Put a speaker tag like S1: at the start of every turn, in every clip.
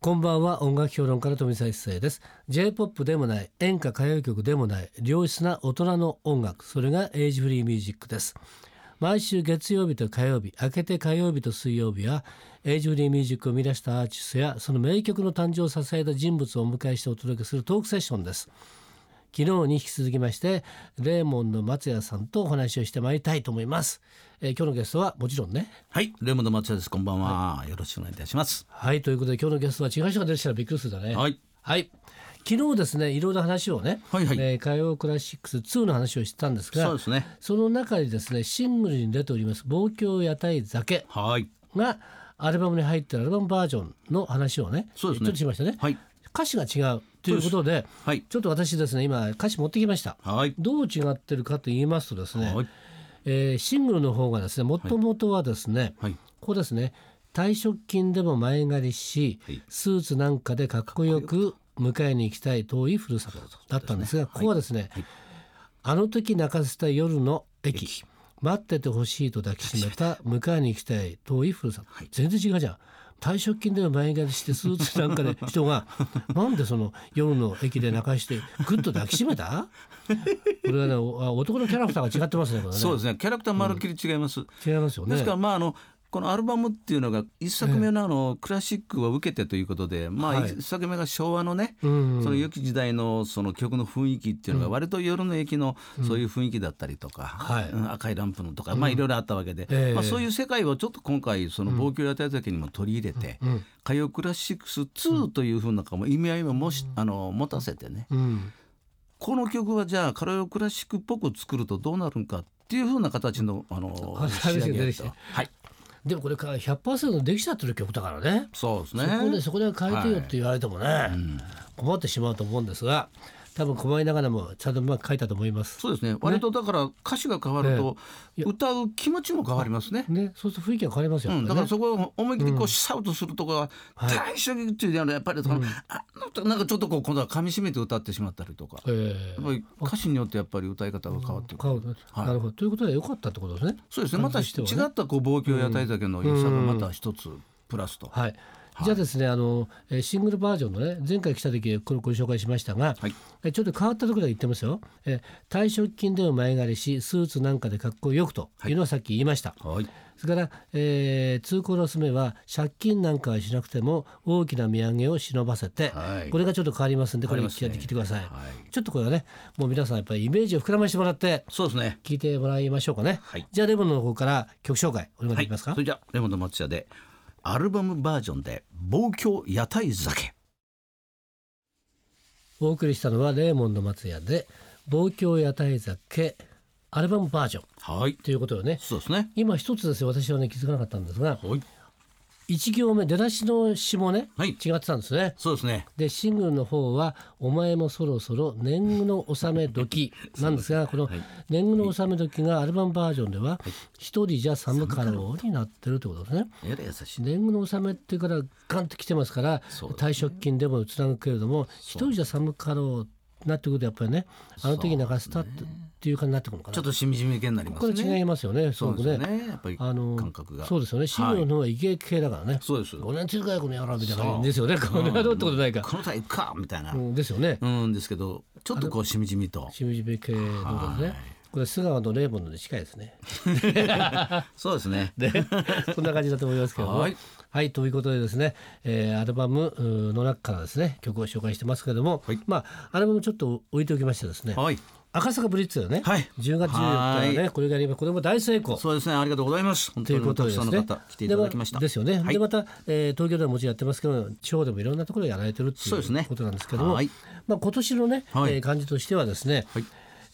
S1: こんばんは音楽評論家の富澤一世です J-POP でもない演歌歌謡曲でもない良質な大人の音楽それがエイジフリーミュージックです毎週月曜日と火曜日明けて火曜日と水曜日はエイジフリーミュージックを生み出したアーティストやその名曲の誕生を支えた人物をお迎えしてお届けするトークセッションです昨日に引き続きましてレーモンの松也さんとお話をしてまいりたいと思います、えー今日のゲストはもちろんね
S2: はい、レモンの松也です。こんばんは、よろしくお願いいたします。
S1: はいということで今日のゲストは違う人が出てきたらびっくりするだね
S2: はい、
S1: はい昨日ですねいろいろ話をね、
S2: はいはい
S1: えー火曜クラシックス2の話をしてたんですが
S2: そうですね。
S1: その中にですねシングルに出ております「望郷屋台酒
S2: はい、」
S1: がアルバムに入ってるアルバムバージョンの話をね
S2: そうですね
S1: ちょっとしましたね、
S2: はい、
S1: 歌詞が違うということで
S2: はい、
S1: ちょっと私ですね今歌詞持ってきました
S2: はい、
S1: どう違ってるかと言いますとですね、
S2: はい、
S1: えーシングルの方がですねもともとはですね、
S2: はい、
S1: ここですね退職金でも前借りし、
S2: はい
S1: スーツなんかでかっこよく迎えに行きたい遠いふるさとだったんですがここはですね、
S2: はい
S1: あの時泣かせた夜の駅待っててほしいと抱きしめた迎えに行きたい遠いふるさと、
S2: い
S1: 全然違うじゃん退職金でも前借りしてスーツなん かで人がなんでその夜の駅で泣かしてグッと抱きしめ たこれはねおあ男のキャラクターが違ってますねこれね
S2: そうですね。キャラクターまるっきり違います。
S1: 違いますよね
S2: ですから、まあ、あの。このアルバムっていうのが一作目のあのクラシックを受けてということで、まあ
S1: はい
S2: 一作目が昭和のね、
S1: うん
S2: その良き時代のその曲の雰囲気っていうのが割と夜の駅のそういう雰囲気だったりと
S1: は
S2: か
S1: い、
S2: うん赤いランプのとかまあいろいろあったわけで、
S1: ええ
S2: まあそういう世界をちょっと今回その「望郷やたいにも取り入れて
S1: うん
S2: 「歌謡クラシックス2」というふうなかも意味合いももしあの持たせてね
S1: うん
S2: この曲はじゃあ歌謡クラシックっぽく作るとどうなるんかっていうふうな形のあの
S1: あ
S2: 仕
S1: 出
S2: 上げ
S1: て
S2: だ
S1: きて
S2: とはい
S1: でもこれから100%できちゃってる曲だからね。
S2: そうです
S1: そこで
S2: ね
S1: そこで変えてよって言われてもね、困ってしまうと思うんですが多分困りながらもちゃんとうまく書いたと思います。
S2: そうですね割とだから歌詞が変わると歌う気持ちも変わりますね。
S1: ね、そうすると雰囲気が変わりますよ、
S2: うん、
S1: ね
S2: だからそこを思い切りこうシャウトするとこは大初にっていうのはやっぱりその、あのなんかちょっとこう今度は噛み締めて歌ってしまったりとか、
S1: え
S2: やっぱり歌詞によってやっぱり歌い方が変わって
S1: え
S2: くる、はい
S1: なるほどということで良かったってことですね。
S2: そうですねまた
S1: 感
S2: 違
S1: じとしては
S2: ったこう望郷や大酒の良さがまた一つプラスと、
S1: はいじゃあですねあのえーシングルバージョンのね前回来た時これご紹介しましたが、
S2: はい
S1: えちょっと変わったところで言ってますよえ退職金でも前借りしスーツなんかでかっこよくというのはさっき言いました、
S2: はい
S1: それから、えー、通行の娘は借金なんかはしなくても大きな土産を忍ばせて、
S2: はい
S1: これがちょっと変わりますんでこれ
S2: 変わります
S1: 聞
S2: ね
S1: いて聞いてください、
S2: はい
S1: ちょっとこれはねもう皆さんやっぱりイメージを膨らましてもらって
S2: そうですね
S1: 聞いてもらいましょうかね、
S2: はい
S1: じゃあレモンの方から曲紹介お願い
S2: は
S1: で
S2: い
S1: きますか、
S2: それじゃあレモンの松屋でアルバムバージョンで望郷屋台酒
S1: お送りしたのはレーモンの松屋で「望郷屋台酒」アルバムバージョン
S2: はい
S1: ということをね
S2: そうですね
S1: 今一つですよ私はね気づかなかったんですが
S2: はい
S1: 1行目出だしの詩もね、
S2: はい
S1: 違ってたんですね
S2: そうですね
S1: でシングルの方は「お前もそろそろ年貢の納め 時」なんですがこの年貢の納め時がアルバムバージョンでは「一人じゃ寒かろう」になってるってことですね。
S2: えらい優しいね
S1: 年貢の納めっていうからガンと来てますから
S2: そうです
S1: 退職金でもつなぐけれども一人じゃ寒かろうなってことでやっぱりねあの時泣かせたって,、いう感じになってくるのかな
S2: ちょっとしみじみ系になります
S1: こ
S2: ね
S1: れ違いますよねす
S2: そ
S1: ご
S2: うで
S1: く
S2: す
S1: ね
S2: よねやっぱり
S1: あの
S2: 感覚が
S1: そうですよねシングルの方はイケイケ系だからね、
S2: そうです
S1: 5年中かよこの野郎みたいな感じですよねこの野郎ってことないか、
S2: このタイプかみたいな、う
S1: うんん、ですよね、
S2: ですけどちょっとこうしみじみと
S1: しみじみ系のことですね。これ素川のレーモンドに近いですね。
S2: そうですね
S1: そんな感じだと思いますけども。は
S2: はいい、
S1: ということでですね、えーアルバムうーの中からですね曲を紹介してますけれども、
S2: はい
S1: まあアルバムちょっと置いておきましてですね、
S2: はい
S1: 赤坂ブリッツだね、
S2: はい
S1: 10月14日は
S2: は
S1: ねこれがありますこれも大成功。
S2: そうですねありがとうございます本
S1: と
S2: 当
S1: いうこ
S2: に
S1: と
S2: た
S1: で
S2: く
S1: で
S2: さ
S1: す
S2: ん
S1: ね。
S2: の方来ていただきました
S1: でですよね。
S2: はい
S1: でまた、えー東京でももちろんやってますけど地方でもいろんなところでやられてるってい
S2: そうですね
S1: うことなんですけども、
S2: はい
S1: まあ今年のね、
S2: はい
S1: えー感じとしてはですね、
S2: はい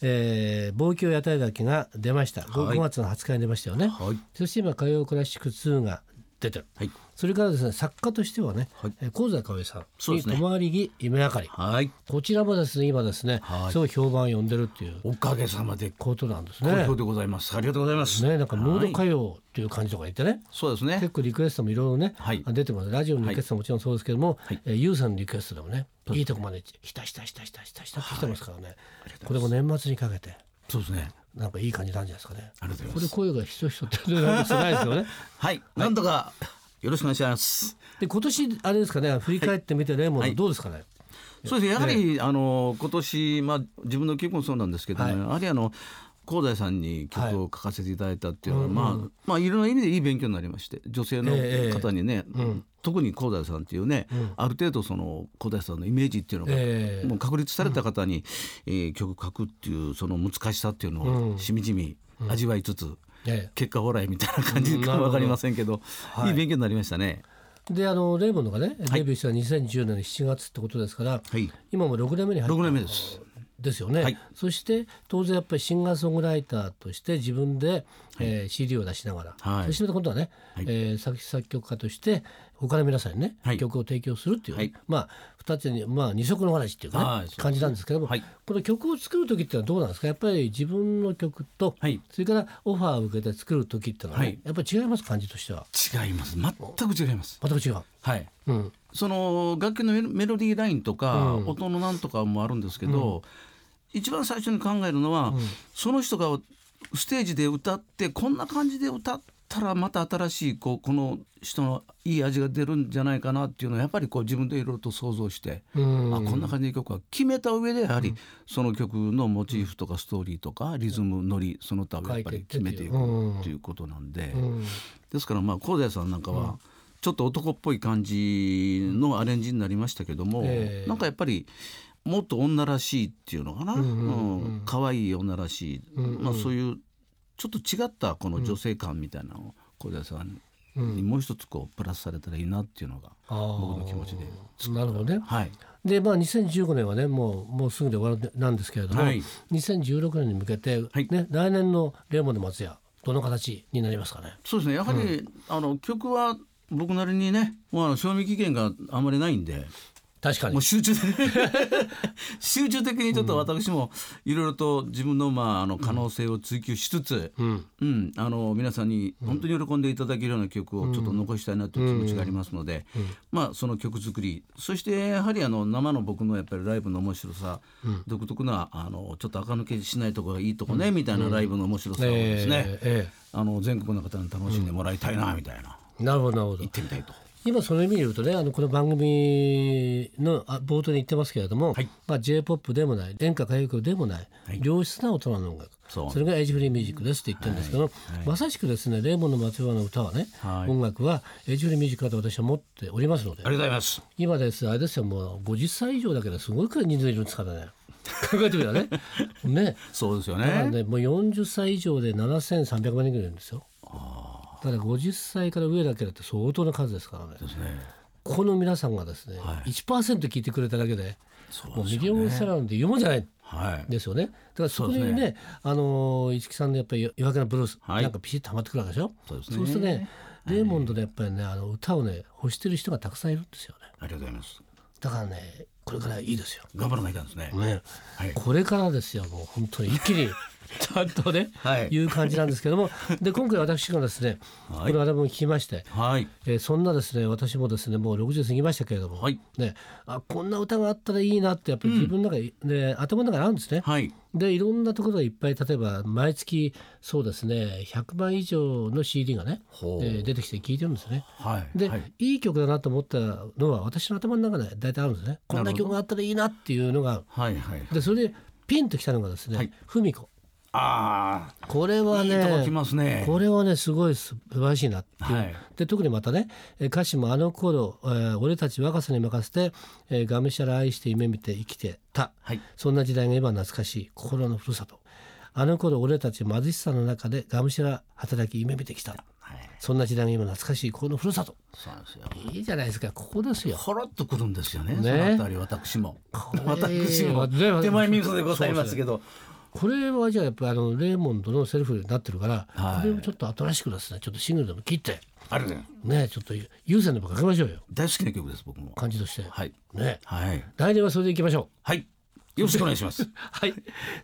S1: えー、望郷屋台だけが出ました5、
S2: はい
S1: 5月の20日に出ましたよね、
S2: はい
S1: そして今歌謡クラシック2が出てる
S2: はい
S1: それからですね作家としてはね
S2: はい
S1: えー香西かおりさん
S2: そう
S1: に「
S2: ですね
S1: 泊まり木夢明かり」
S2: はい
S1: こちらもですね今ですね、
S2: はい
S1: すごい評判を呼んでるっていう
S2: おかげさまで
S1: ことなんです
S2: 好
S1: ね
S2: 評。でございます、ありがとうございます
S1: ねなんかムード
S2: はい
S1: 歌謡っていう感じとか言ってね、
S2: そうですね
S1: 結構リクエストもいろいろね、
S2: はい
S1: 出てますラジオのリクエストももちろんそうですけども、
S2: はい
S1: えーゆうさんのリクエストでもねいいとこまでひたひたひたひたひたひたってきてますからね、これも年末にかけて。
S2: そうですね
S1: なんかいい感じなんじゃないですかね。
S2: ありがとうご
S1: こ
S2: ざい
S1: れ声が
S2: ます
S1: ひそひそってなんかしてないですよね。
S2: はい、なんとか喜よろしくお願いします。
S1: で今年あれですかね振り返ってみてレモン、
S2: はい
S1: どうですかね、
S2: そうですねやはり、あの今年、まあ、自分の曲もそうなんですけども、
S1: はい
S2: やはりあの香西さんに
S1: はい
S2: 曲を書かせていただいたっていうのは、まあ、まあ、いろんな意味でいい勉強になりまして女性の
S1: ええ
S2: 方にね、特に香西さんっていうね、ある程度その香西さんのイメージっていうのが、
S1: ええ
S2: もう確立された方に、えー曲書くっていうその難しさっていう
S1: う
S2: の
S1: ん
S2: をしみじみ味わいつつ、
S1: え
S2: 結果オーライみたいな感じ
S1: うんな
S2: か
S1: るほど
S2: 分かりませんけど、
S1: はい
S2: い、い勉強になりましたね。
S1: えであのレモンのがね
S2: はい
S1: デビューした2010年7月ってことですから、
S2: はい、
S1: 今も6年目に入
S2: 6
S1: っ
S2: 年
S1: た
S2: 目です。
S1: ですよね、
S2: はい
S1: そして当然やっぱりシンガーソングライターとして自分で、えー CD を出しながら、
S2: はい
S1: そしてまた今度はね、
S2: はい
S1: えー作詞作曲家として他の皆さんにね、
S2: はい
S1: 曲を提供するっていうね、
S2: はい
S1: まあ2つに、まあ、二足の話っていうかね、
S2: はいそうです
S1: 感じなんですけども、
S2: はい
S1: この曲を作る時ってのはどうなんですかやっぱり自分の曲と、
S2: はい
S1: それからオファーを受けて作る時ってのは、ね
S2: はい
S1: やっぱり違います感じとしては
S2: 違います全く違います。
S1: また違う。
S2: はい
S1: うん
S2: その楽器のメロメロディーラインとか、
S1: うん
S2: 音のなんとかもあるんですけど、一番最初に考えるのは、その人がステージで歌ってこんな感じで歌ったらまた新しいこうこの人のいい味が出るんじゃないかなっていうのをやっぱりこう自分でいろいろと想像して、
S1: うん
S2: あこんな感じの曲は決めた上でやはりその曲のモチーフとかストーリーとかリズムノリその他をやっぱり決めていく
S1: うん
S2: ということなんで。
S1: うん
S2: ですからまあ香西さんなんかはちょっと男っぽい感じのアレンジになりましたけども、
S1: ええ
S2: なんかやっぱりもっと女らしいっていうのかな、うん
S1: うんうん
S2: 可愛い女らしい、
S1: うんうん
S2: まあ、そういうちょっと違ったこの女性感みたいなのを香西さん
S1: うん
S2: にもう一つこうプラスされたらいいなっていうのが、
S1: あー
S2: 僕の気持ちで
S1: なるほどね。
S2: はい
S1: でまあ2015年はねもうもうすぐで終わるなんですけれども、
S2: はい
S1: 2016年に向けて、
S2: はい
S1: ね、来年のレモンの松屋どの形になりますかね。
S2: そうですねやはり、あの曲は僕なりにねもうあの賞味期限があまりないんで。
S1: 確かに
S2: もう。集中的に 集中的にちょっと私もいろいろと自分のまああの可能性を追求しつつ、
S1: うん、
S2: うん、あの皆さんに本当に喜んでいただけるような曲をちょっと残したいなという気持ちがありますので、まあその曲作りそしてやはりあの生の僕のやっぱりライブの面白さ、独特なあのちょっと垢抜けしないとこがいいとこね、みたいなライブの面白さをですね、
S1: えーえ
S2: あの全国の方に楽しんでもらいたいなみたいな、
S1: ーなるほどなるほど
S2: 行っ。てみたいと。
S1: 今その意味で言うとねあのこの番組のあ冒頭に言ってますけれども、
S2: はい
S1: まあ、j p o p でもない演歌歌謡曲でもない、
S2: はい
S1: 良質な大人の音楽
S2: そう
S1: れがエイジフリーミュージックですって言ってるんですけど、まさしくですね「レモンの松山の歌はね、
S2: はい
S1: 音楽はエイジフリーミュージックだと私は思っておりますので
S2: ありがとうございます。
S1: 今ですあれですよもう50歳以上だけですごいくらい人数いるんですからね 考えてみたらねね
S2: そうですよ
S1: な
S2: ね
S1: ん。でもう40歳以上で7300万人ぐらいいるんですよだから50歳から上だけだって相当な数ですからね
S2: ですね。
S1: この皆さんがですね、
S2: はい
S1: 1%聞いてくれただけで
S2: そう
S1: もう
S2: です
S1: ミ
S2: よ
S1: リオンセラーなんて言うもんじゃない
S2: はい。
S1: ですよねだからそこに
S2: そ
S1: ね
S2: うです
S1: あのー一木さんのやっぱり夜明けのブルース、
S2: はい
S1: なんかピシッとはまってくるわけでしょ
S2: そうですね
S1: するとねレーモンドでやっぱりねあの歌をね欲してる人がたくさんいるんですよね
S2: ありがとうございます。
S1: だからねこれからいいですよ、
S2: 頑張らないかんですね。
S1: ね
S2: はい
S1: これからですよもう本当に一気に ちゃんとね、
S2: はい
S1: いう感じなんですけどもで今回私がですね、
S2: はい
S1: このアルバムを聴きまして、
S2: はい。
S1: えーそんなですね私もですねもう60過ぎましたけれども、
S2: はい
S1: ね、あこんな歌があったらいいなってやっぱり自分の中に、ね頭の中にあるんですね。
S2: はい。
S1: でいろんなところがいっぱい例えば毎月そうですね100枚以上の CD がね、え
S2: ほう
S1: ー出てきて聴いてるんですね。
S2: はい。
S1: で、
S2: はい
S1: い、い曲だなと思ったのは私の頭の中で大体あるんですね。こんな曲があったらいいなっていうのが
S2: はいはい。
S1: でそれでピンときたのがですね、
S2: はい
S1: 芙美子
S2: ああ。
S1: これはい
S2: い
S1: ね
S2: とこ来ますね。
S1: これはねすごい素晴らしいなっていう、
S2: はい
S1: で特にまたねえー歌詞も「あの頃、えー俺たち若さに任せて、えーがむしゃら愛して夢見て生きてた」
S2: はい。
S1: そんな時代が今懐かしい心のふるさとあの頃俺たち貧しさの中でがむしゃら働き夢見てきた
S2: はい。
S1: そんな時代が今懐かしい心のふるさと
S2: そうなんですよ。
S1: いいじゃないですかここですよ。
S2: ほろっとくるんですよね。
S1: ね
S2: そのあたり私も。
S1: れ
S2: 私も。
S1: ね
S2: 手前味噌でございますけど。
S1: これはじゃあやっぱりあのレーモンドのセルフになってるから、
S2: はい
S1: これもちょっと新しくですねちょっとシングルでも切って
S2: あるね。
S1: ねちょっと優先でもかけましょうよ
S2: 大好きな曲です僕も。
S1: 感じとして。
S2: はい。
S1: ね
S2: はい。
S1: 来年はそれでいきましょう。
S2: はい。よろしくお願いします。
S1: はい、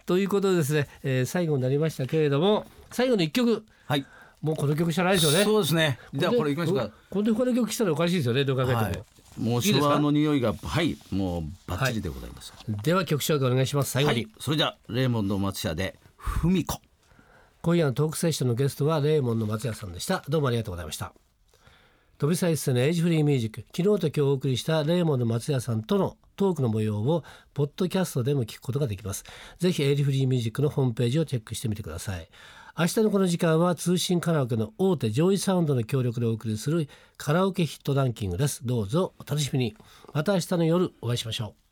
S1: ということでですね、えー最後になりましたけれども最後の一曲
S2: はい。
S1: もうこの曲じゃないですよね。
S2: そうですね。じゃあこれいきましょうか。
S1: これでこの曲したらおかしいですよねどう考えても。
S2: はい。もう
S1: いいですか
S2: 昭和の匂いがはいもうバッチリでございます。
S1: では曲紹介お願いします最後
S2: は
S1: に、
S2: い。それじゃあレーモンド松屋でふみこ。
S1: 今夜のトークセッションのゲストはレーモンの松屋さんでしたどうもありがとうございました。飛び一世のエイジフリーミュージック昨日と今日お送りしたレーモンド松也さんとのトークの模様をポッドキャストでも聞くことができますぜひエイジフリーミュージックのホームページをチェックしてみてください明日のこの時間は通信カラオケの大手上位サウンドの協力でお送りするカラオケヒットランキングですどうぞお楽しみにまた明日の夜お会いしましょう